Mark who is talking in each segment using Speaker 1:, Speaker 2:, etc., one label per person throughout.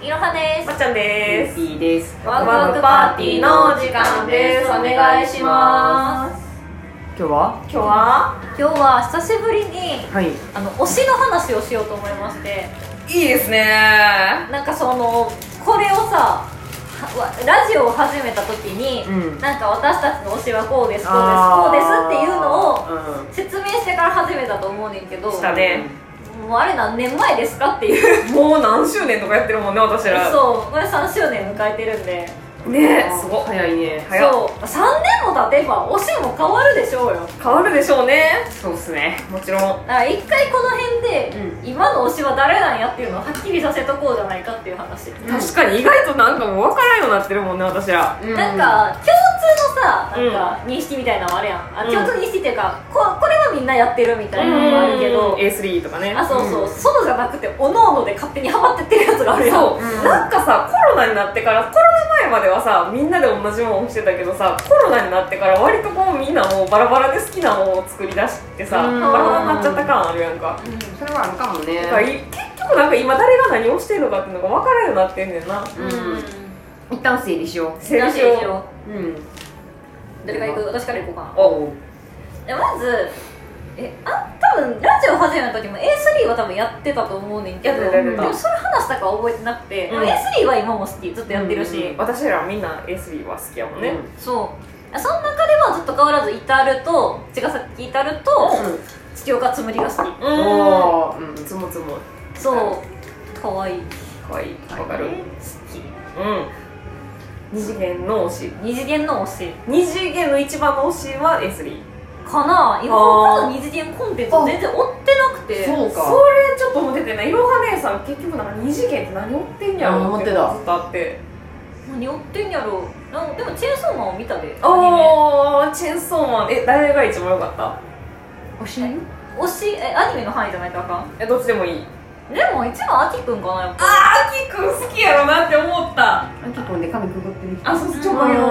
Speaker 1: いろはで
Speaker 2: まっちゃんで
Speaker 3: ー
Speaker 2: す
Speaker 3: ピーです
Speaker 1: ワークワークパーティーの時間ですお願いします
Speaker 3: 今日は
Speaker 2: 今日は
Speaker 1: す今日は久しぶりに
Speaker 3: はい
Speaker 1: あの推しの話をしようと思いまして
Speaker 2: いいですね
Speaker 1: なんかそのこれをさはわラジオを始めた時に、
Speaker 3: うん
Speaker 1: なんか私たちの推しはこうですこ
Speaker 3: あ
Speaker 1: うです
Speaker 3: ー
Speaker 1: こうですっていうのを
Speaker 3: うん
Speaker 1: 説明してから始めたと思うねんけど
Speaker 2: したね
Speaker 1: もうあれ何年前ですかっていう
Speaker 2: もう何周年とかやってるもんね私 ら
Speaker 1: そうこれ3周年迎えてるんで
Speaker 2: ね
Speaker 3: あー
Speaker 2: すごっ
Speaker 3: 早いね
Speaker 2: 早っ
Speaker 1: そう3年も経てば推しも変わるでしょうよ
Speaker 2: 変わるでしょうねそうっすねもちろん
Speaker 1: だから一回この辺で、
Speaker 3: う
Speaker 1: 今の推しは誰なんやっていうのをはっきりさせとこうじゃないかっていう話、
Speaker 3: ん
Speaker 2: 確かに意外となんかもう分からんようになってるもんね私ら
Speaker 3: う
Speaker 1: なんか共通のさ
Speaker 2: う
Speaker 1: な
Speaker 2: ん
Speaker 1: んか認識みたいなのもあるやん、あ
Speaker 2: うん
Speaker 1: 共通認識っていうかここれはみんなやってるみたいなのもあるけど、
Speaker 2: A3 とかね
Speaker 1: あそうそう、
Speaker 3: うん
Speaker 1: そうじゃなくておのおので勝手にハマってってるやつがあるやん
Speaker 2: そう、
Speaker 3: うん
Speaker 2: なんかさコロナになってからコロナ前まではさみんなで同じものをしてたけどさコロナになってから割とこうみんなもうバラバラで好きなものを作り出してさ
Speaker 3: うん
Speaker 2: バラバラになっちゃった感あるやんか
Speaker 1: うん
Speaker 3: それはあるかもね
Speaker 2: だからい結局なんか今誰が何をしてるのかっていうのが分からんようになってんねんな
Speaker 3: うん一旦整理しよ
Speaker 2: 整
Speaker 1: どう
Speaker 2: 理
Speaker 1: し
Speaker 2: し
Speaker 1: ようどうし
Speaker 2: よ
Speaker 1: よ
Speaker 3: ううん
Speaker 1: う誰から行く私から行こうかな
Speaker 2: うおう
Speaker 1: でまずえあ多分ラジオ始めた時も A3 は多分やってたと思うねんけど
Speaker 2: やってたやって
Speaker 1: で
Speaker 2: た
Speaker 1: もそれ話したかは覚えてなくて、
Speaker 2: うん
Speaker 1: でも A3 は今も好きずっとやってるし、
Speaker 3: うん
Speaker 2: 私らみんな A3 は好きやもんね、
Speaker 3: うん
Speaker 1: そうその中ではずっと変わらず至ると茅ヶ崎至ると月岡つむりが好き
Speaker 2: う
Speaker 3: うん
Speaker 2: ん
Speaker 3: おーうん
Speaker 2: つもつも
Speaker 1: そうかわいい
Speaker 2: かわいいわかる
Speaker 1: 好
Speaker 2: うん二次元の推し
Speaker 1: き二次元の推し
Speaker 2: 二次元の一番の推しは S3
Speaker 1: かな今
Speaker 2: あー
Speaker 1: まだ二次元コンテンツ全然追ってなくて
Speaker 3: そう
Speaker 2: そ
Speaker 3: か
Speaker 2: れちょっと思っててねいろは姉さん結局なんか二次元って何追ってんや
Speaker 3: うん
Speaker 2: ろ
Speaker 3: 思って
Speaker 2: ずったとあって
Speaker 1: 何追ってんやろなんでもチェーンソーマンを見たでア
Speaker 2: おーチェンソーマンえ誰が一番良かった
Speaker 3: おし
Speaker 1: ニメ推しえアニメの範囲じゃないとあかん
Speaker 2: えどっちでもいい
Speaker 1: でも一番あきくんかなやっぱ
Speaker 2: あきくん好きやろなって思った
Speaker 3: あきこんで髪くぐってる
Speaker 2: あそう
Speaker 1: うん
Speaker 2: ちょっと待ってよ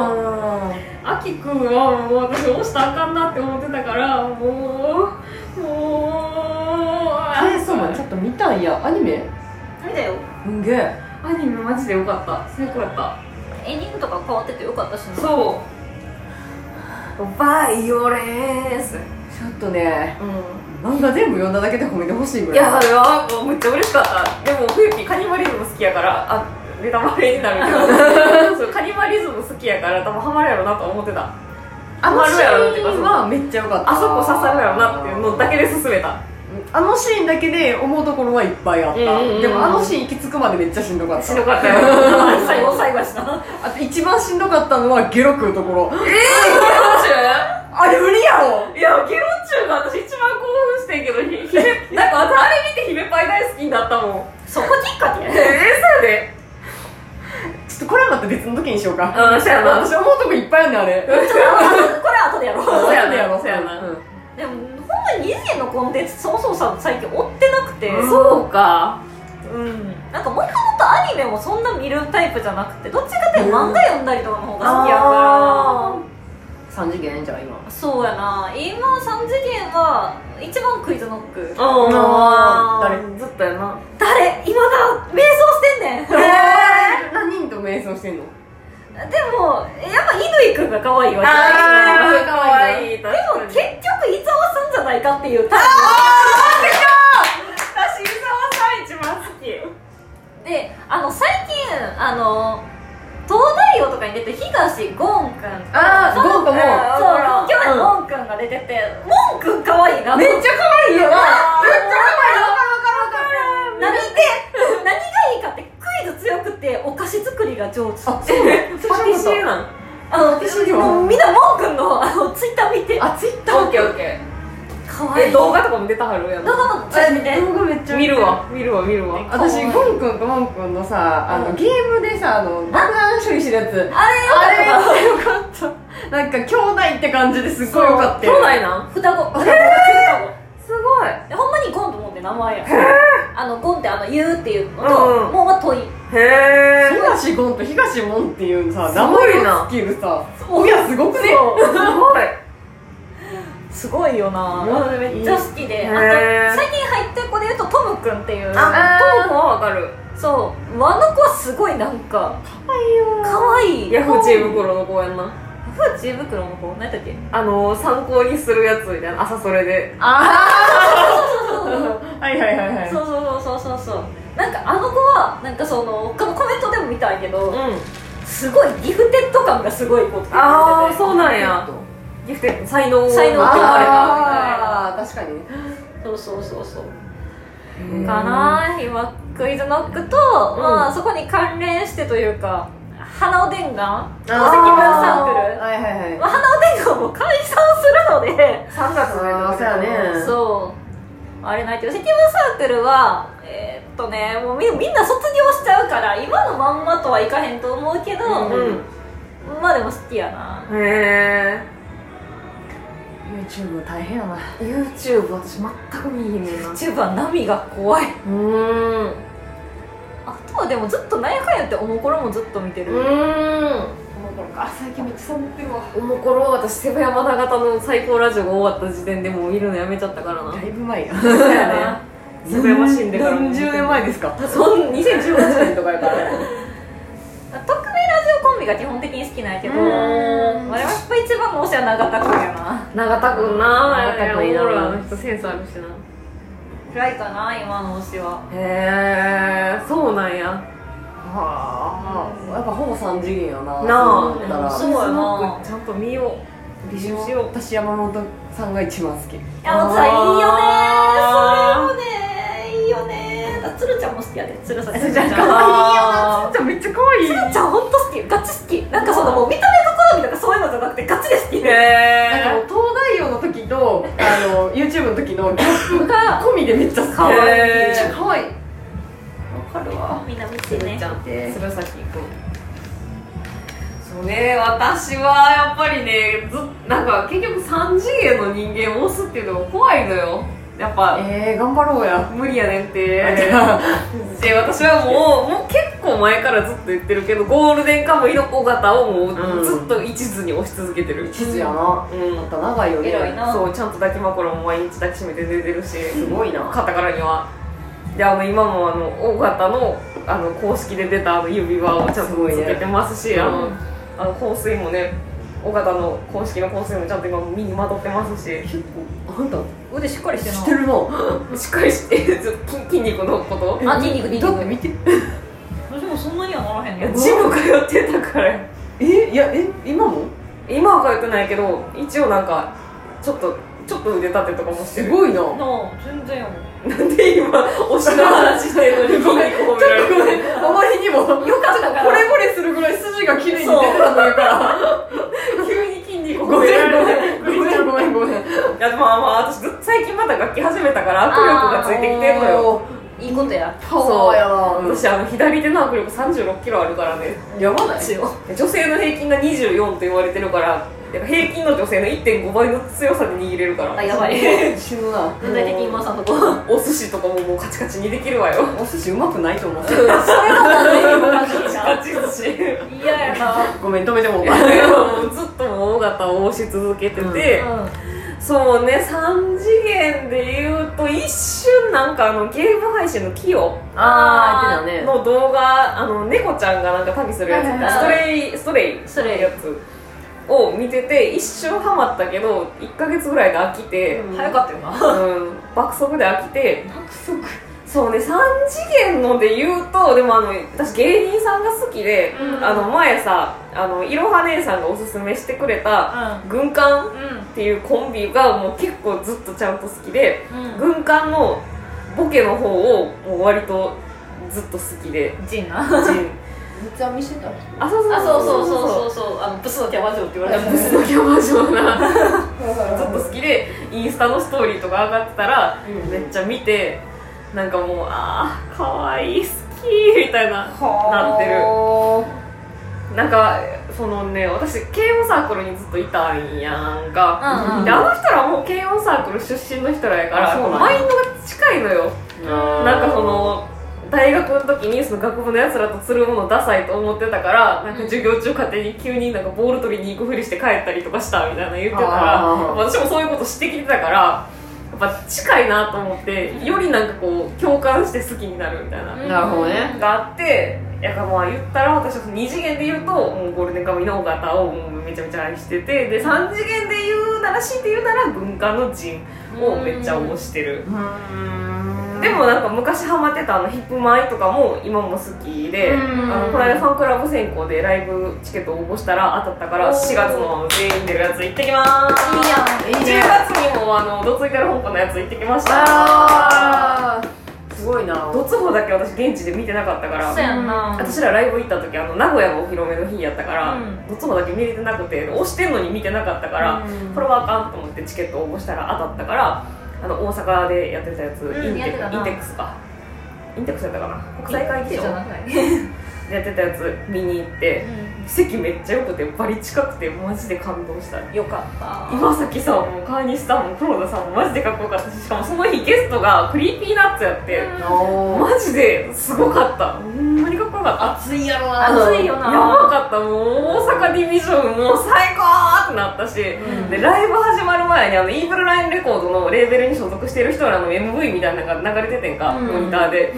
Speaker 2: あきくんはもう私押したらあかんなって思ってたからもうもう
Speaker 3: あれそうなんちょっと見たんやアニメ
Speaker 1: 見たよ
Speaker 3: うんげえ
Speaker 2: アニメマジでよかった最高やった
Speaker 1: エンディングとか変わっててよかったしな
Speaker 2: そうバイオレンス
Speaker 3: ちょっとね
Speaker 2: う
Speaker 3: 漫画全部読んだだけで褒めてほしいぐ
Speaker 2: んい
Speaker 3: らい
Speaker 2: やあれはもうめっちゃ嬉しかったでも冬木カニバリズム好きやからあネタバレにな るけどそうカニバリズム好きやから多分ハマるやろなと思ってたハマるやろっていうかその
Speaker 3: はめっちゃ良かった
Speaker 2: あそこ刺さるやろなっていうのだけで進めた
Speaker 3: あのシーンだけで思うところはいっぱいあった、
Speaker 2: うんうんうん
Speaker 3: でもあのシーン行き着くまでめっちゃしんどかった
Speaker 2: しんどか ったよ
Speaker 1: 最後最後やしな
Speaker 3: あと一番しんどかったのはゲロ食うところ
Speaker 2: い
Speaker 3: あれ無理やろ
Speaker 2: やゲロッチュが私一番興奮してんけどひひめなんか私あれ見てヒメパイ大好きになったもん
Speaker 1: そこきっかけ
Speaker 2: えそうやで
Speaker 3: ちょっとこれはまた別の時にしようか
Speaker 2: うんそうやな
Speaker 3: 私思うとこいっぱいあるねあれ
Speaker 1: ちょっとあ これは後でや ろう
Speaker 2: そうやな
Speaker 3: そうやな
Speaker 2: うん
Speaker 1: でもほんまに二次元のコンテンツそもそもさ最近追ってなくて、
Speaker 3: うん
Speaker 2: そうかうん
Speaker 1: なんかもともとアニメもそんな見るタイプじゃなくてどっちかっていうと漫画読んだりとかの方が好きやか
Speaker 3: 3次元じゃん今
Speaker 1: らそうやな今3次元は一番クイズノック
Speaker 2: あ
Speaker 3: あ
Speaker 2: 誰ずっとやな
Speaker 1: 誰今だ瞑想してんねんで
Speaker 3: えー、何人と瞑想してんの
Speaker 1: もやっぱ乾くんが可愛いわけ
Speaker 3: あー可愛
Speaker 2: いでも
Speaker 1: でも結
Speaker 2: 結
Speaker 1: 局伊沢さんじゃないかっていうタイ
Speaker 2: 私伊沢さん一番好き
Speaker 1: プであの最近あの東大王とかに出て東ゴンくん
Speaker 3: あーゴンとも
Speaker 1: そう
Speaker 2: あー
Speaker 1: 去年
Speaker 3: うん
Speaker 1: モンくんが出ててモンくん可愛いな
Speaker 3: めっちゃ可愛いよな
Speaker 2: あー
Speaker 3: めっちゃ
Speaker 1: 何で何がいいかってクイズ強くてお菓子作りが上手
Speaker 3: 可愛いあそうね
Speaker 2: パティシエなん
Speaker 1: あの
Speaker 3: 私には
Speaker 1: もうみんなモンくんのあのツイッター見て
Speaker 3: あツイッタ
Speaker 2: オ
Speaker 3: ー
Speaker 2: ッケーオッケ
Speaker 1: 可
Speaker 2: ー
Speaker 1: 愛い
Speaker 2: え動画とかも出たはるやん
Speaker 1: 動画もツイッター見て
Speaker 3: 動画めっちゃ
Speaker 2: 見るわ見るわ見るわ
Speaker 3: 私ゴン君とモン君のさあの、
Speaker 1: うん
Speaker 3: ゲームでさあの爆弾処理してるやつ
Speaker 1: あれよ
Speaker 3: あれ
Speaker 1: かっ
Speaker 3: よかったなんか兄弟って感じですっごいよかっ
Speaker 2: 兄
Speaker 3: たよ
Speaker 2: 弟なん
Speaker 1: た双子双子
Speaker 2: すごい
Speaker 1: えほんまにゴンとモンって名前やあのゴンってあの言うっていうの
Speaker 2: うん
Speaker 1: と
Speaker 2: うん
Speaker 1: モンは問い
Speaker 2: へえ
Speaker 3: 東ゴンと東モンっていうさ
Speaker 2: す
Speaker 3: 名
Speaker 2: ごい
Speaker 3: 前
Speaker 2: な
Speaker 3: のスキルさ親すごくね
Speaker 2: すご い
Speaker 1: すごいよな
Speaker 3: うん
Speaker 1: めっちゃ好き
Speaker 2: へ
Speaker 1: で
Speaker 2: ー
Speaker 1: あと最近入ってる子で言うとトムくんっていう
Speaker 2: あトム君はわかる
Speaker 1: そうあの子はすごいなんか
Speaker 2: 可愛いよ
Speaker 1: 可愛い
Speaker 2: ヤフー知恵
Speaker 1: ヤ
Speaker 2: 袋の子やんな
Speaker 1: フー知恵袋の子何やったっけ
Speaker 2: あの参考にするやつみたいな朝それで
Speaker 3: あ
Speaker 1: そう
Speaker 3: あはいはいはいはい
Speaker 1: そうそうそうそうそうなんかあの子はなんかその他のコメントでも見たけど、
Speaker 2: ん
Speaker 1: すごいギフテッド感がすごい子って言ってて
Speaker 2: ああそうなんやギフテッド才能を
Speaker 1: 才能を
Speaker 2: 奪われたみたいな
Speaker 3: ああ確かにね
Speaker 1: そうそうそうそう
Speaker 3: うん
Speaker 1: かな今クイズノックと、
Speaker 2: うん
Speaker 1: まあそこに関連してというか花おでんが
Speaker 3: あー
Speaker 1: 宝石分サンプル
Speaker 3: はいはいはい
Speaker 1: まあ、花おでんがもう解散するので
Speaker 2: 3月のやつだけど
Speaker 3: あーそうやねうん
Speaker 1: そうあれないけど石油サークルはえーっとねもうみみんな卒業しちゃうから今のまんまとはいかへんと思うけど、まあでも好きやな
Speaker 2: うんへえ
Speaker 3: YouTube 大変やな
Speaker 2: YouTube 私全く見えへんねんなう
Speaker 1: チューバー波が怖い
Speaker 2: ーんう
Speaker 1: あとはでもずっと何やかんやっておもころもずっと見てる、
Speaker 2: ーん
Speaker 3: この頃か最近めっちゃサボってる わ
Speaker 2: おもころ私セブ山田型の最高ラジオが終わった時点でもう見るのやめちゃったからな
Speaker 3: だいぶ前や
Speaker 2: そうやねセブ山死んでからも
Speaker 3: 何十年前ですか
Speaker 2: そん2018年とかやからね
Speaker 1: 特命ラジオコンビが基本的に好きなんやけど
Speaker 2: うーん
Speaker 1: 我々やっぱ一番の推しは永田君やな
Speaker 2: 永田君な
Speaker 3: 永田君いいな
Speaker 2: おもろいあの人センスあるしな
Speaker 1: 暗いかな今の推しは
Speaker 2: へえそうなんや
Speaker 3: はあやっぱほぼ三次元や
Speaker 2: なあ
Speaker 3: なそう思ったら
Speaker 1: そうやな
Speaker 2: ちゃんと見よう
Speaker 3: 美
Speaker 2: 美
Speaker 3: 人
Speaker 2: 人
Speaker 3: し
Speaker 2: し
Speaker 3: よう
Speaker 2: よ
Speaker 3: 私山本さんが一番好き
Speaker 1: あのさいいよねそれ
Speaker 2: あ
Speaker 1: もねいいよねだつるちゃんも好きやでつるさん
Speaker 2: う
Speaker 1: か わいい
Speaker 2: わ
Speaker 3: ちゃんめっちゃ可愛い
Speaker 1: つるちゃん本当好きガチ好きなんかそのもう見た目が好みとかそういうのじゃなくてガチで好き
Speaker 2: へ
Speaker 1: で
Speaker 3: なんかも
Speaker 2: え
Speaker 3: う東大王の時とあの YouTube の時のギャップが込みでめっちゃ可愛い
Speaker 2: へー
Speaker 3: めっちゃ可愛い
Speaker 2: わかるわ
Speaker 1: みんな見
Speaker 2: つ
Speaker 1: て
Speaker 2: る
Speaker 1: ね
Speaker 2: ちゃん
Speaker 3: ね
Speaker 2: 鶴崎君そうね私はやっぱりねずなんか結局3次元の人間を押すっていうのが怖いのよやっぱ
Speaker 3: えー、頑張ろうや
Speaker 2: 無理やねんっ て
Speaker 3: あ
Speaker 2: で私はもうもう結構前からずっと言ってるけどゴールデンカムイの尾形をもううんずっと一途に押し続けてる、
Speaker 3: 地図や な
Speaker 2: うん
Speaker 3: また長いよ
Speaker 1: 偉い
Speaker 3: ね
Speaker 1: な
Speaker 2: そうちゃんと抱き枕も毎日抱きしめて出てるし
Speaker 3: すごいな
Speaker 2: 肩からにはであの今もあの尾形のあの公式で出たあの指輪をちゃん
Speaker 3: すご
Speaker 2: と
Speaker 3: いね
Speaker 2: つけてますし
Speaker 3: うん
Speaker 2: あの、あの香水もね尾形の公式の香水もちゃんと今身にまとってますし
Speaker 3: 結構あんた
Speaker 1: 腕しっかりして
Speaker 3: 知
Speaker 1: な
Speaker 3: ってるな
Speaker 2: しっかりしてる筋筋肉のこと
Speaker 1: あ筋肉筋肉
Speaker 3: だって見て
Speaker 1: 私もそんなにはならへん
Speaker 2: い
Speaker 1: ね
Speaker 2: やジム通ってたから
Speaker 3: えいやえ今も
Speaker 2: 今は通ってないけど一応なんかちょっとちょっと腕立てとかもして
Speaker 3: す
Speaker 2: る
Speaker 3: ごいな
Speaker 1: なあ全然やもん
Speaker 2: なんで今推しの話してるのに筋肉褒められてる
Speaker 3: あまりにもよかった
Speaker 1: から
Speaker 3: これこれするぐらい筋が綺麗に出てたのやから
Speaker 2: 急に筋肉
Speaker 3: ご
Speaker 2: 褒め
Speaker 3: め
Speaker 2: ら
Speaker 3: ん
Speaker 2: れ
Speaker 3: ご
Speaker 2: てる
Speaker 3: めんごめんごめんごめん
Speaker 2: いやでもまあまあ私ずっと最近また楽器始めたから握力がついてきてんのよ
Speaker 1: いいことや
Speaker 3: パワーやなうん
Speaker 2: 私あの左手の握力3 6キロあるからね
Speaker 3: やばない
Speaker 1: 私よ
Speaker 2: 女性の平均が24と言われてるからやっぱ平均の女性の1.5倍の強さで握れるから
Speaker 1: あやばい
Speaker 3: 死ぬな
Speaker 1: 全体的に今さんとこ う
Speaker 2: お寿司とかももうカチカチにできるわよ
Speaker 3: お寿司うまくないと思う
Speaker 2: カチ寿司
Speaker 1: 嫌やな
Speaker 3: ごめん止めてもう
Speaker 2: もうずっともう尾形を押し続けて て、
Speaker 1: う
Speaker 2: そうね3次元で言うと一瞬なんかあのゲーム配信のキヨ
Speaker 3: あー言ってたね
Speaker 2: の動画あの猫ちゃんがなんか旅するやつ
Speaker 3: はいはい
Speaker 1: はい
Speaker 2: ストレイストレイ
Speaker 1: ストレイ
Speaker 2: やつを見てて一瞬ハマったけど1か月ぐらいで飽きて、うんん
Speaker 1: 早かったよな
Speaker 2: 爆速で飽きて
Speaker 3: 爆速
Speaker 2: そうね3次元ので言うとでもあの私芸人さんが好きで、
Speaker 1: うん
Speaker 2: あの前さあのいろは姉さんがおすすめしてくれた軍艦
Speaker 1: う
Speaker 2: っていうコンビがもう結構ずっとちゃんと好きで
Speaker 1: んうん
Speaker 2: 軍艦のボケの方をもう割とずっと好きで
Speaker 1: ジンな
Speaker 3: 実は見せたあ
Speaker 2: あそうそう
Speaker 1: あそうそうそう
Speaker 2: そう
Speaker 1: そうそうあのブスのキャバ嬢って言われた
Speaker 2: ブスのキャバ嬢なずっと
Speaker 3: と
Speaker 2: 好きでインスタのストーリーとか上がってたら
Speaker 3: うん
Speaker 2: めっちゃ見てなんかもうああかわいい好きみたいななってるなんかそのね私慶応サークルにずっといたんやんか、
Speaker 1: うんうん
Speaker 2: であの人らもう慶応サークル出身の人らやか
Speaker 3: あ
Speaker 2: ら
Speaker 3: そうなんや
Speaker 2: マインドが近いのよ
Speaker 3: る
Speaker 2: なんかその大学の時にその学部のやつらとつるむのダサいと思ってたからなんか授業中勝手に急になんかボール取りに行くふりして帰ったりとかしたみたいなの言ってたら
Speaker 3: あー
Speaker 2: 私もそういうことしてきてたからっぱ近いなと思ってよりなんかこう共感して好きになるみたいな、
Speaker 1: うん
Speaker 3: なるほどね
Speaker 2: があってやからまあ言ったら私は2次元で言うともうゴールデンカムイの尾形をもうめちゃめちゃ愛しててで3次元で言うならしいて言うなら軍艦の陣をめっちゃ推してるでもなんか昔ハマってたあのヒップマイとかも今も好きであ
Speaker 3: うん
Speaker 2: のこの間ファンクラブ選考でライブチケット応募したら当たったから
Speaker 1: おー
Speaker 2: 4月の全員出るやつ行ってきま
Speaker 1: いい
Speaker 2: す
Speaker 1: やん
Speaker 3: いいね
Speaker 2: 10月にもあのどついたら香港のやつ行ってきました
Speaker 3: あーすごいな
Speaker 2: どつほだけ私現地で見てなかったから
Speaker 1: そうやんな
Speaker 2: 私らライブ行った時あの名古屋のお披露目の日やったから、
Speaker 1: うん
Speaker 2: どっちもだけ見れてなくて押してんのに見てなかったから、
Speaker 3: うん
Speaker 2: これはあかんと思ってチケット応募したら当たったからあの大阪でやってたやつ、
Speaker 1: ん
Speaker 2: イン
Speaker 1: やって
Speaker 2: テ
Speaker 1: たな
Speaker 2: インテックスかインテックスやったかな国際会議所
Speaker 1: じゃな
Speaker 2: で
Speaker 1: くない
Speaker 2: やってたやつ見に行って席めっちゃ良くてバリ近くてマジで感動した
Speaker 1: よかった
Speaker 2: 今崎さんも川西さんも黒田さんもマジでかっこよかったししかもその日ゲストがクリーピーナッツやって、
Speaker 3: お
Speaker 2: マジですごかったほんまにかっこよかった
Speaker 3: 熱いやろ
Speaker 1: 熱いよな
Speaker 2: やばかったもう大阪ディビジョンもう最高ってなったし、
Speaker 1: ん
Speaker 2: でライブ始まる前にあのイーブルラインレコードのレーベルに所属してる人らの MV みたいなのが流れててんか、
Speaker 1: うん
Speaker 2: モニターで、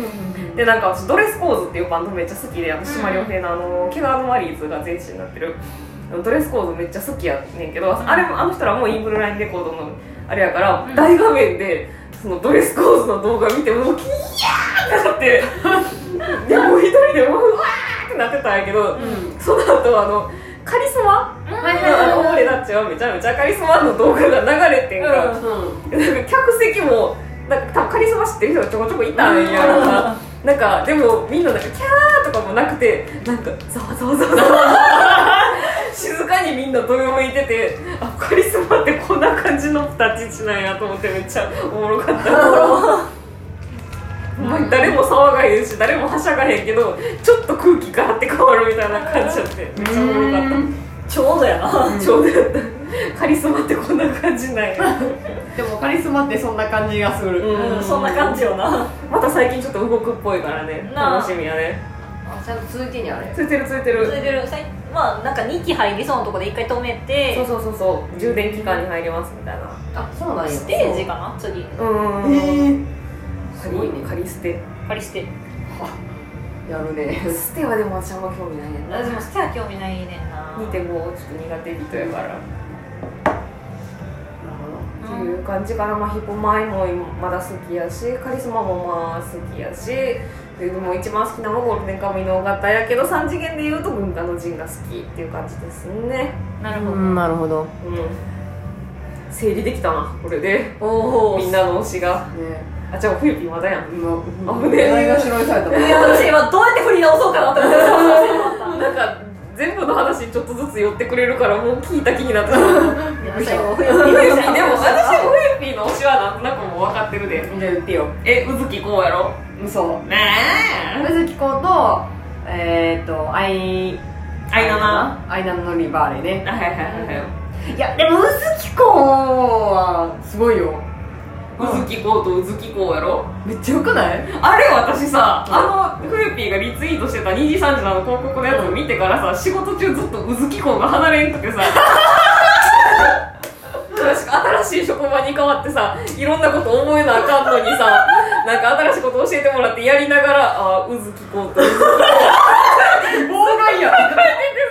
Speaker 2: でなんか私ドレスコーズっていうバンドめっちゃ好きであの島良平のあのケガーのマリーズが全身になってるあのドレスコーズめっちゃ好きやねんけどあれもあの人らもイーブルラインレコードのあれやから、
Speaker 1: うん
Speaker 2: 大画面でそのドレスコーズの動画見てもうキヤーって なって。でもう一人でもううわーってなってたんやけど、その後あのカリスマ
Speaker 1: はいはいはい
Speaker 2: あの俺たちはめちゃめちゃカリスマの動画が流れてんから、なんか客席もなんか多分カリスマ知ってる人がちょこちょこいたんやろうな。なんかでもみんななんかキャーとかもなくてなんかざわざわざわざわ静かにみんなどよめいててあカリスマってこんな感じの立ち位置なんやと思ってめっちゃおもろかったほんまに誰も騒がへんし誰もはしゃがへんけどちょっと空気ガラって変わるみたいな感じやってめっちゃおもろかった
Speaker 1: ちょうどやな
Speaker 2: ちょうどやったカリスマってこんな感じなんや
Speaker 3: でもカリスマってそんな感じがする
Speaker 2: うん
Speaker 1: うんそんな感じよな
Speaker 2: また最近ちょっと動くっぽいからね
Speaker 1: なあ
Speaker 2: 楽しみやね
Speaker 3: あちゃんと続いてんやあれ
Speaker 2: ついてるついてる
Speaker 1: それでさいまあなんか2機入りそうなとこで1回止めて
Speaker 2: そうそうそうそう充電期間に入りますみたいな
Speaker 3: あそうなんや
Speaker 1: ステージかな次
Speaker 2: うんうんうん
Speaker 3: え
Speaker 2: カ
Speaker 3: すごい
Speaker 2: リ
Speaker 3: ね
Speaker 2: カリステ
Speaker 1: 借りして
Speaker 3: やるね
Speaker 2: ステはでも私あんま興味ないねんな
Speaker 1: 私もステア興味ないねんな
Speaker 2: 2.5ちょっと苦手人やからっていう感じから、まあ、ヒポマイもまだ好きやしカリスマもまあ好きやしでも一番好きなのもゴールデンカムイの尾形やけど3次元で言うと文化の陣が好きっていう感じですね
Speaker 1: なるほど、
Speaker 3: うんなるほど
Speaker 2: うん整理できたなこれで
Speaker 1: おお
Speaker 2: みんなの推しが
Speaker 3: ね
Speaker 2: あじゃあフィリピンまだやん
Speaker 3: 今
Speaker 2: 危ねえ
Speaker 3: がしろいされたもん
Speaker 1: いや私今どうやって振り直そうかなって思って
Speaker 2: なんか全部の話ちょっとずつ寄ってくれるからもう聞いた気になって た
Speaker 1: た
Speaker 2: フ
Speaker 1: 最後
Speaker 2: ィリ
Speaker 1: 冬
Speaker 2: ピンでも私
Speaker 1: 私
Speaker 2: フィリピンの推しはなんとなくもう分かってるで
Speaker 3: じゃあ言ってよ
Speaker 2: えうずきこうやろ
Speaker 3: 嘘
Speaker 2: ねえ
Speaker 3: 鈴木子とえっとアイ
Speaker 2: アイナナ
Speaker 3: アイナナのリバーレね
Speaker 2: はいはいはいはい
Speaker 3: いやでも鈴木子はすごいよ
Speaker 2: うずきこうとうずきこうやろ
Speaker 3: めっちゃよくない
Speaker 2: あれ私さあのフーピーがリツイートしてた2時3時のあの広告のやつを見てからさ仕事中ずっとうずきこうが離れんくてさ確か新しい職場に変わってさいろんなこと思えなあかんのにさなんか新しいこと教えてもらってやりながらあうずきこうとうずきこう
Speaker 3: 妨害や
Speaker 2: やってて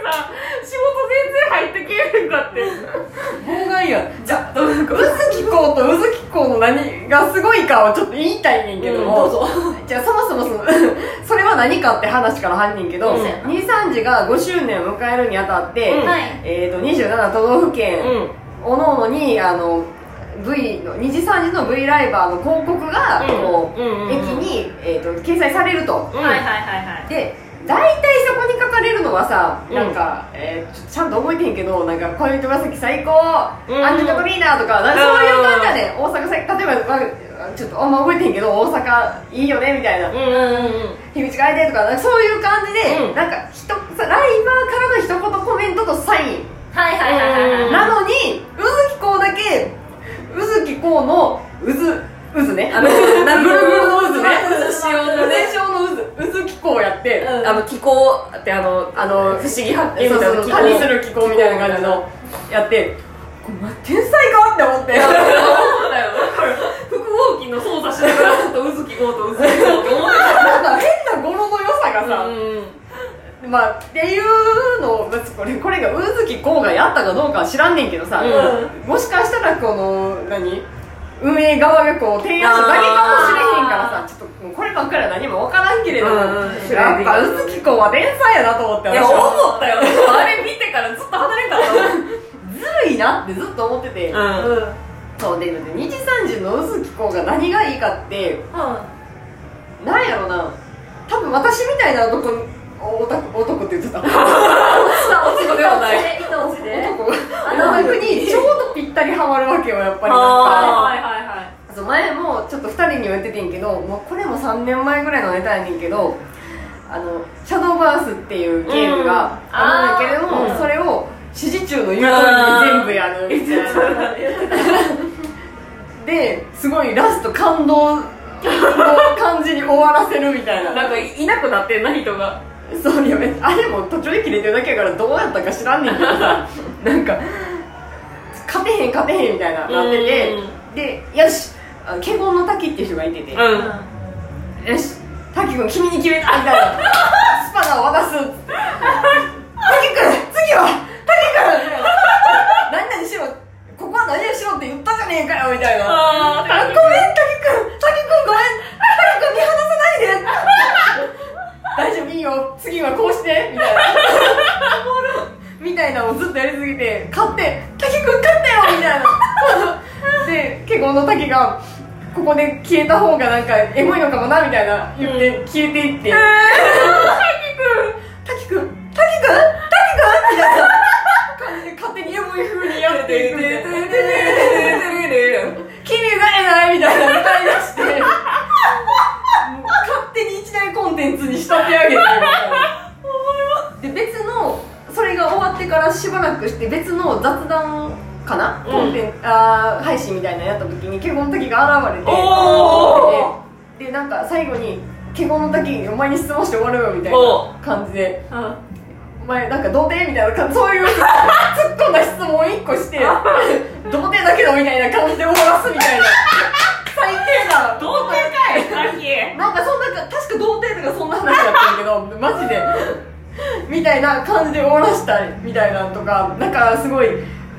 Speaker 2: さ仕事全然入ってけえへんかって
Speaker 3: 妨害やじゃあ
Speaker 2: どうなん
Speaker 3: う
Speaker 2: か
Speaker 3: ずきこうとうずきこうの何がすごいかをちょっと言いたいねんけども、
Speaker 2: うん
Speaker 3: どうぞじゃあそもそもその それは何かって話から入んねんけど、
Speaker 2: うん
Speaker 3: 23時が5周年を迎えるにあたって、
Speaker 2: うん
Speaker 1: はい
Speaker 3: えー、と27都道府県、
Speaker 2: うん
Speaker 3: おのおのにあの V の2時3時の V ライバーの広告がこう、
Speaker 2: うんうんうんうん
Speaker 3: 駅に、えー、と掲載されると、
Speaker 1: はいはいはいはい
Speaker 3: で大体そこに書かれるのはさ
Speaker 2: うん
Speaker 3: なんか、えーちょちゃんと覚えてへんけどなんか「恋人紫最高」
Speaker 2: うん
Speaker 3: アンジェタブリーナ」とかなんかそういう感じやねん大阪最高例えば、まあ、ちょっとあんま覚えてへんけど大阪いいよねみたいな
Speaker 2: うんうんうんうん
Speaker 3: 「日にち変えて」とかなんかそういう感じで、
Speaker 2: うん
Speaker 3: なんかひとさライバーからの一言コメントとサイン
Speaker 1: はいはいはいはいはい
Speaker 3: なのに、うずきこうだけ、うずきこうの、うず、うずね。あの、ぐるぐるのう ずね。
Speaker 2: しようのね
Speaker 3: 全のうず、うずきこうやって、
Speaker 1: うん
Speaker 2: あの気候ってあのあの不思議発見み
Speaker 3: そう
Speaker 2: たい
Speaker 3: そ
Speaker 2: な
Speaker 3: う
Speaker 2: 気
Speaker 3: 旅す
Speaker 2: 候
Speaker 3: る気候みたいな感じの、やって、これ天才かって思って
Speaker 2: そうだよだから複合機の操作しながらずっとうずきごうとうずきごうと思って
Speaker 3: なんか変な語呂の良さが
Speaker 2: た
Speaker 3: さ、まあっていうのを別にこれこれが宇月剛がやったかどうかは知らんねんけどさ、
Speaker 2: う
Speaker 3: もしかしたらこの何運営側がこう提案しただけかもしれへんからさちょっともうこればっかりは何も分からんけれど、
Speaker 2: うんうん
Speaker 3: やっぱ宇月剛は天才やなと思って
Speaker 2: いや
Speaker 3: 私は
Speaker 2: 思ったよあれ見てからずっと離れたか
Speaker 3: ずるいなってずっと思ってて、
Speaker 2: ら
Speaker 1: うんうん
Speaker 3: そうで二次三次の宇月剛が何がいいかってなんやろな多分私みたいな男におオタク男っ て言ってた
Speaker 2: 男ではない
Speaker 1: 命で
Speaker 3: 男があの服にちょうどぴったりハマるわけよやっぱりなん
Speaker 2: は
Speaker 3: か
Speaker 2: いはいはい
Speaker 3: そう前もちょっと2人には言っててんけどもうこれも3年前ぐらいのネタやねんけど「あのシャドーバース」っていうゲームが
Speaker 2: うん
Speaker 3: あるんだけれども、
Speaker 2: あーうん
Speaker 3: それを指示中の言う通りに全部やるみた いなですごいラスト感動の感じに終わらせるみたいな
Speaker 2: なんかいなくなってんな人が
Speaker 3: そうやめあれも途中で切れてるだけやからどうやったか知らんねんけどさなんか勝てへん勝てへんみたいななっててでよしあの華厳の滝っていう人がいてて、
Speaker 2: う
Speaker 1: うんん
Speaker 3: よし滝君君に決めたみたいなスパナを渡すっつって滝君次は滝君みたいな何々しろここは何々しろって言ったじゃねえかよみたいな
Speaker 2: あ
Speaker 3: あごめん、滝くん、滝くんごめん、滝くん見放さないで。大丈夫いいよ、次はこうしてみたいな。みたいなのをずっとやりすぎて、勝って、滝くん勝ったよみたいな。で、結婚の滝が。ここで消えた方がなんかエモいのかもなみたいな言って消えていって、滝くん滝くん滝くん滝くんみたいな感じで勝手にエモい風にやっていくみたいな君が偉いみたいな歌い出して もう勝手に一大コンテンツに仕立て上げてるみたい なで別のそれが終わってからしばらくして別の雑談かな、
Speaker 2: うん
Speaker 3: コンテンツあー配信みたいなのやった時に華厳の滝が現れて
Speaker 2: お
Speaker 3: ででなんか最後に「華厳の滝お前に質問して終わるよ」みたい
Speaker 2: お
Speaker 3: な感じで「お前なんか童貞?」みたいな感そういう突っ込んだ質問を1個して 「童貞だけど」みたいな感じで終わらすみたいな最低な
Speaker 2: 童貞かいさっき
Speaker 3: なんかそんな確か童貞とかそんな話だったんやけどマジでみたいな感じで終わらしたいみたいなのとかなんかすごい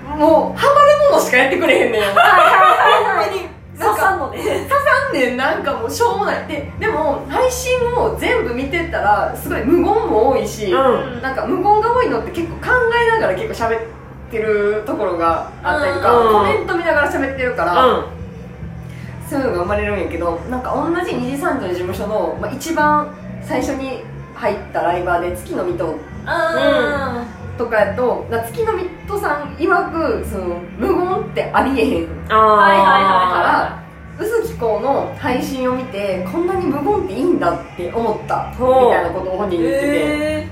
Speaker 3: もうハマるものしかやってくれへんねんほんまになん
Speaker 1: 刺
Speaker 3: か
Speaker 1: さんのね
Speaker 3: 刺さんねんなんかもうしょうもないででも配信を全部見てったらすごい無言も多いし、
Speaker 2: うん
Speaker 3: なんか無言が多いのって結構考えながら結構喋ってるところがあったりとか、
Speaker 2: うん
Speaker 3: コメント見ながら喋ってるから、
Speaker 2: う
Speaker 3: そういうのが生まれるんやけどなんか同じ二次三次の事務所の、まあ、一番最初に入ったライバーで月の水戸
Speaker 1: あ
Speaker 3: とかやとな月の水戸さん曰くその無言ってありえへんか
Speaker 2: んはい
Speaker 3: ら臼木公の配信を見てこんなに無言っていいんだって思ったみ
Speaker 2: ほう
Speaker 3: たいなことを本人
Speaker 1: ー
Speaker 3: 言ってて、
Speaker 1: へ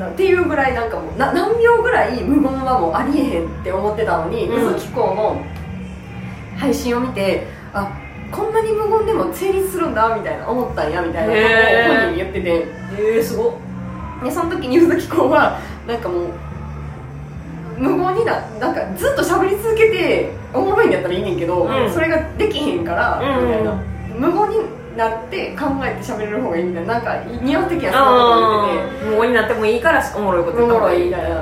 Speaker 3: なっていうぐらいなんかもうな何秒ぐらい無言はもうありえへんって思ってたのに
Speaker 2: うん
Speaker 3: 鈴木公の配信を見てあこんなに無言でも成立するんだみたいな思ったんやみたいな
Speaker 2: へ
Speaker 3: こ
Speaker 2: ー
Speaker 3: とを本人言ってて
Speaker 1: えすごっ
Speaker 3: でその時に鈴木公はなんかもう無言にななんかずっと喋り続けておもろいんやったらいいねんけど、
Speaker 2: うん
Speaker 3: それができへんから
Speaker 2: うん
Speaker 3: みたいな、無言になって考えて喋れる方がいいみたいななんか似合う的やなこと言ってて。
Speaker 2: もうになってもいいからおもろいこと
Speaker 3: おもろいみ
Speaker 2: う
Speaker 3: たいな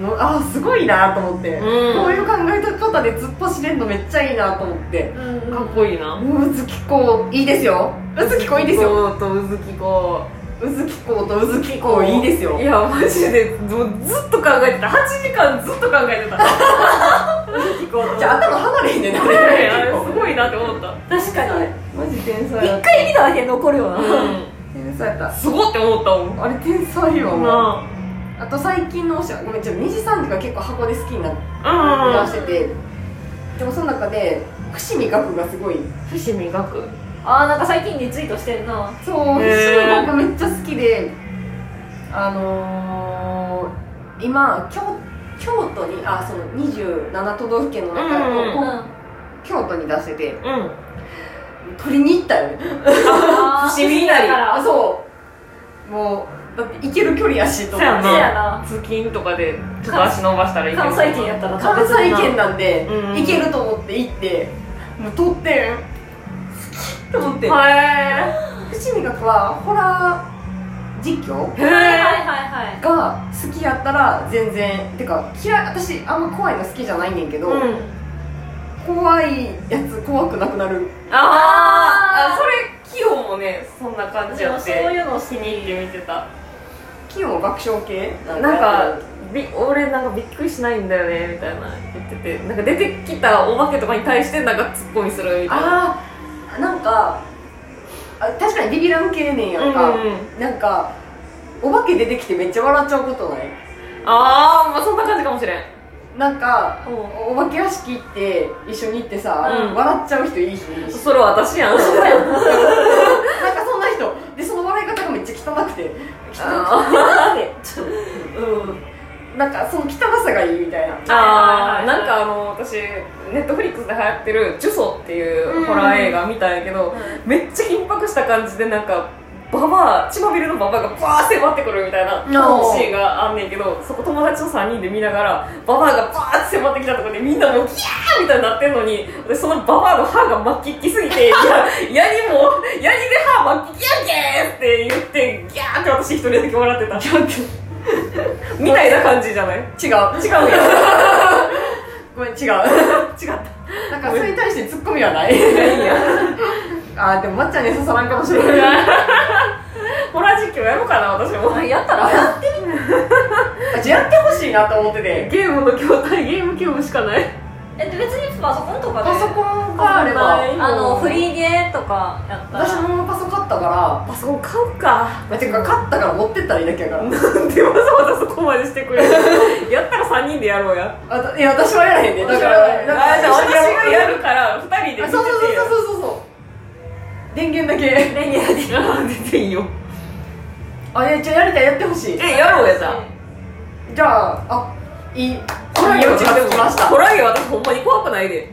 Speaker 3: のあーすごいなと思って、
Speaker 2: うん
Speaker 3: こういう考え方で突っ走れんのめっちゃいいなと思って
Speaker 1: うん
Speaker 2: かっこいいな
Speaker 3: うずきこいいですようずきこいいですよ
Speaker 2: よとうずきこ
Speaker 3: うずきことうずきこいいですよ
Speaker 2: いやマジでもうずっと考えてた8時間ずっと考えてた
Speaker 3: じゃあ頭離れへんねんな
Speaker 2: あれあれ
Speaker 3: 結構
Speaker 2: すごいなって思った
Speaker 1: 確かに
Speaker 3: マジ天才や
Speaker 1: 一
Speaker 3: っ
Speaker 1: 回見ただけで残るよな
Speaker 3: た天才やった
Speaker 2: んすごって思ったもん
Speaker 3: あれ天才よもう
Speaker 2: な
Speaker 3: あと最近のおしゃごめんちょっと虹さんとか結構箱で好きになって
Speaker 2: あ
Speaker 3: してて、でもその中で伏見学がすごい
Speaker 2: うん伏見学
Speaker 1: あーなんか最近リツイートしてんな
Speaker 3: そう、
Speaker 2: へー
Speaker 3: 中国めっちゃ好きで、あのー、今京、京都に、あ、その27都道府県の中で、
Speaker 2: うん
Speaker 3: こう
Speaker 1: うん
Speaker 3: 京都に出してて、
Speaker 2: うん
Speaker 3: 取りに行ったよね。
Speaker 1: あー
Speaker 2: 伏見稲荷
Speaker 1: だから
Speaker 3: あ、そう。もうだって行ける距離やしと思っ
Speaker 1: そ
Speaker 3: て
Speaker 1: うやな
Speaker 2: 通勤とかでちょっと足伸ばしたらいいけど
Speaker 1: 関西圏やったら
Speaker 3: 関西圏なんで
Speaker 2: うん
Speaker 3: 行けると思って行ってもう撮ってん好きと思って
Speaker 2: は
Speaker 3: 伏見学はホラー実況
Speaker 2: いへ
Speaker 1: はいはい
Speaker 2: え
Speaker 1: はいはい
Speaker 3: が好きやったら全然てか嫌い私あんま怖いの好きじゃないねんけど、
Speaker 2: うん
Speaker 3: 怖いやつ怖くなくなる
Speaker 2: あーあそれ器用もねそんな感
Speaker 1: 私
Speaker 2: じや
Speaker 1: も
Speaker 2: っ
Speaker 1: そ
Speaker 2: て
Speaker 1: ういうのを
Speaker 2: 気に入って見てた
Speaker 3: 器用学賞系
Speaker 2: なんかび俺なんかびっくりしないんだよねみたいな言っててなんか出てきたお化けとかに対してなんかツッコミするみたいな
Speaker 3: ああなんかあ確かにビビらん系ねんや
Speaker 2: うんん
Speaker 3: か、
Speaker 2: うん
Speaker 3: なんかお化け出てきてめっちゃ笑っちゃうことない
Speaker 2: あーまあそんな感じかもしれん
Speaker 3: なんか
Speaker 1: おう
Speaker 3: お化け屋敷行って一緒に行ってさ、
Speaker 2: うん
Speaker 3: 笑っちゃう人いい人いるし
Speaker 2: それは私やん
Speaker 3: なんかそんな人でその笑い方がめっちゃ汚くて
Speaker 2: あ
Speaker 3: うんなんかその汚さがいいみたいな
Speaker 2: あーなんかあの私ネットフリックスで流行ってる「呪詛」っていうホラー映画見たんやけど、めっちゃ緊迫した感じでなんかババア血まみれのババアがバーって迫ってくるみたいな
Speaker 3: おー
Speaker 2: シーンがあんねんけどそこ友達と3人で見ながらババアがバーって迫ってきたところでみんなもうギャーみたいになってんのに私そのババアの歯が巻きっきすぎていやヤニもヤニで歯巻きギャーギャーって言ってギャーって私一人だけ笑ってたみたいな感じじゃない
Speaker 3: 違う
Speaker 2: 違うよ
Speaker 3: ごめん違うな
Speaker 2: 違った
Speaker 3: んかそれに対してツッコミはない
Speaker 2: いや
Speaker 3: あーでもまっちゃんに刺さらんかもしれない
Speaker 2: ホラー実況やろうかな私も
Speaker 1: やったらやって
Speaker 3: あじゃあやってほしいなと思ってて
Speaker 2: ゲームの筐体ゲームキューブしかない
Speaker 1: え別にパソコンとかで
Speaker 3: パソコンがあれ
Speaker 2: あ
Speaker 3: ば
Speaker 2: ン
Speaker 1: あのフリーゲーとかやったら
Speaker 3: 私もパソコン買ったから
Speaker 2: パソコン買うか
Speaker 3: まあてか買ったから持ってったらいいだけやから
Speaker 2: なんでわざわざそこまでしてくれるやったら3人でやろうや
Speaker 3: あたいや私はやらへんねだか
Speaker 2: あ
Speaker 3: ら
Speaker 2: じゃあ
Speaker 3: なんか
Speaker 2: 私がやるから2人で
Speaker 3: あ
Speaker 2: 見てて
Speaker 3: そうそうそうそう
Speaker 2: う
Speaker 3: そうそう電源だ
Speaker 1: レ
Speaker 3: け
Speaker 1: ギュラー で
Speaker 2: 全然いいよ
Speaker 3: あいやじゃあやりたいやってほしい
Speaker 2: えやろうやじゃあ
Speaker 3: じゃああいいいい落ちがつきました
Speaker 2: ホラーゲー私ほんまに怖くないで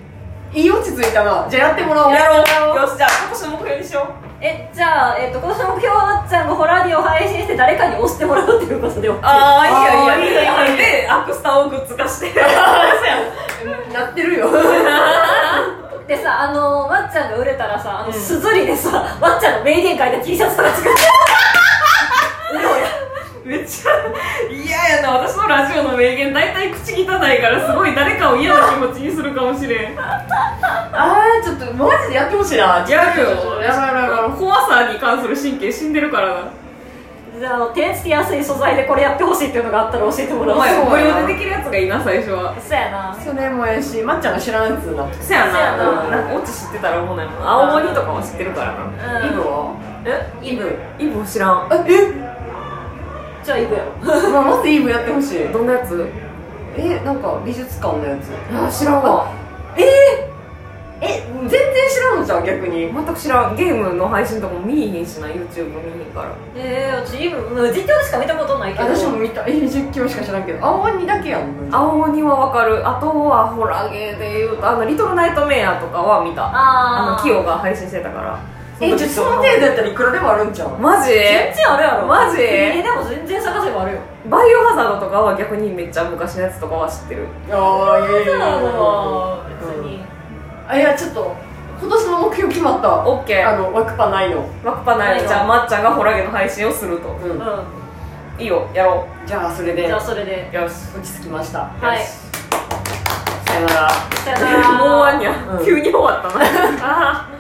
Speaker 3: いい落ち着いたなじゃあやってもらおう
Speaker 2: やろうよしじゃあ今年の目標にしよう
Speaker 1: えじゃあ、えっと今年の目標はまっちゃんがホラーディを配信して誰かに押してもらうっていうことで OK
Speaker 2: あ
Speaker 3: あ
Speaker 2: あ
Speaker 3: ー
Speaker 2: いい
Speaker 3: い
Speaker 2: よい
Speaker 3: いよ
Speaker 2: いよい
Speaker 3: い
Speaker 2: いよでアクスタをグッズ化して
Speaker 3: なってるよ
Speaker 1: でさあのまっちゃんが売れたらさあのすずりでさまっちゃんの名言書いた T シャツとか作って
Speaker 2: めっちゃ嫌やな私のラジオの名言大体口汚いからすごい誰かを嫌な気持ちにするかもしれん
Speaker 3: あーちょっとマジでやってほしいな
Speaker 2: やるよ
Speaker 3: やろうやろうやろう
Speaker 2: 怖さに関する神経死んでるからな
Speaker 1: じゃああの手つきやすい素材でこれやってほしいっていうのがあったら教えてもら
Speaker 2: お
Speaker 1: おう
Speaker 2: 前
Speaker 3: そう
Speaker 2: 無料でできるやつがいいな最初は
Speaker 1: そうやな
Speaker 3: それもやしまっちゃんが知らんやつだって
Speaker 2: せやな
Speaker 1: せや
Speaker 3: な
Speaker 2: なんかオチ知ってたらおもんないもん青森とかは知ってるからな
Speaker 1: うん
Speaker 3: イブは
Speaker 2: え
Speaker 1: イブ
Speaker 2: イブ知らん
Speaker 3: あえ
Speaker 1: じゃあイブや
Speaker 3: まあまずイブやってほしい
Speaker 2: どんなやつ
Speaker 3: えなんか美術館のやつ
Speaker 2: あ知らんわ
Speaker 3: えー、え全然知らんのじゃん逆に
Speaker 2: 全く知らんゲームの配信とかも見えへんしな YouTube 見えへんから
Speaker 1: えー、私イブうん実況でしか見たことないけど
Speaker 3: 私も見たえ実況しか知らんけど青鬼だけやん
Speaker 2: 青鬼はわかるあとはホラーゲーでいうとあの「リトルナイトメア」とかは見たあ
Speaker 1: あ
Speaker 2: の
Speaker 1: あ
Speaker 2: キヨが配信してたから
Speaker 3: えちょその程度やったらいくらでもあるんちゃう
Speaker 2: マジ
Speaker 1: 全然あるやろ
Speaker 2: マジ
Speaker 1: えでも全然探せばあるよ
Speaker 2: バイオハザードとかは逆にめっちゃ昔のやつとかは知ってる
Speaker 3: ああいやいやいや
Speaker 1: 別に、
Speaker 3: あいやちょっと今年の目標決まった
Speaker 2: オッケ
Speaker 3: あ
Speaker 2: ー
Speaker 3: のワクパないの
Speaker 2: マクパナイ
Speaker 1: ない
Speaker 2: の
Speaker 1: の
Speaker 2: じゃあまっちゃんがホラゲの配信をすると
Speaker 3: うん
Speaker 1: う
Speaker 2: いいよやろ
Speaker 3: じゃあそれ
Speaker 1: ん、
Speaker 3: で
Speaker 1: じゃあ
Speaker 3: 落
Speaker 1: それで
Speaker 2: うよし
Speaker 3: ち着きました
Speaker 1: はい
Speaker 3: さよなら
Speaker 1: さよなら
Speaker 2: もうあんにゃ
Speaker 3: うん
Speaker 2: 急に終わったなあー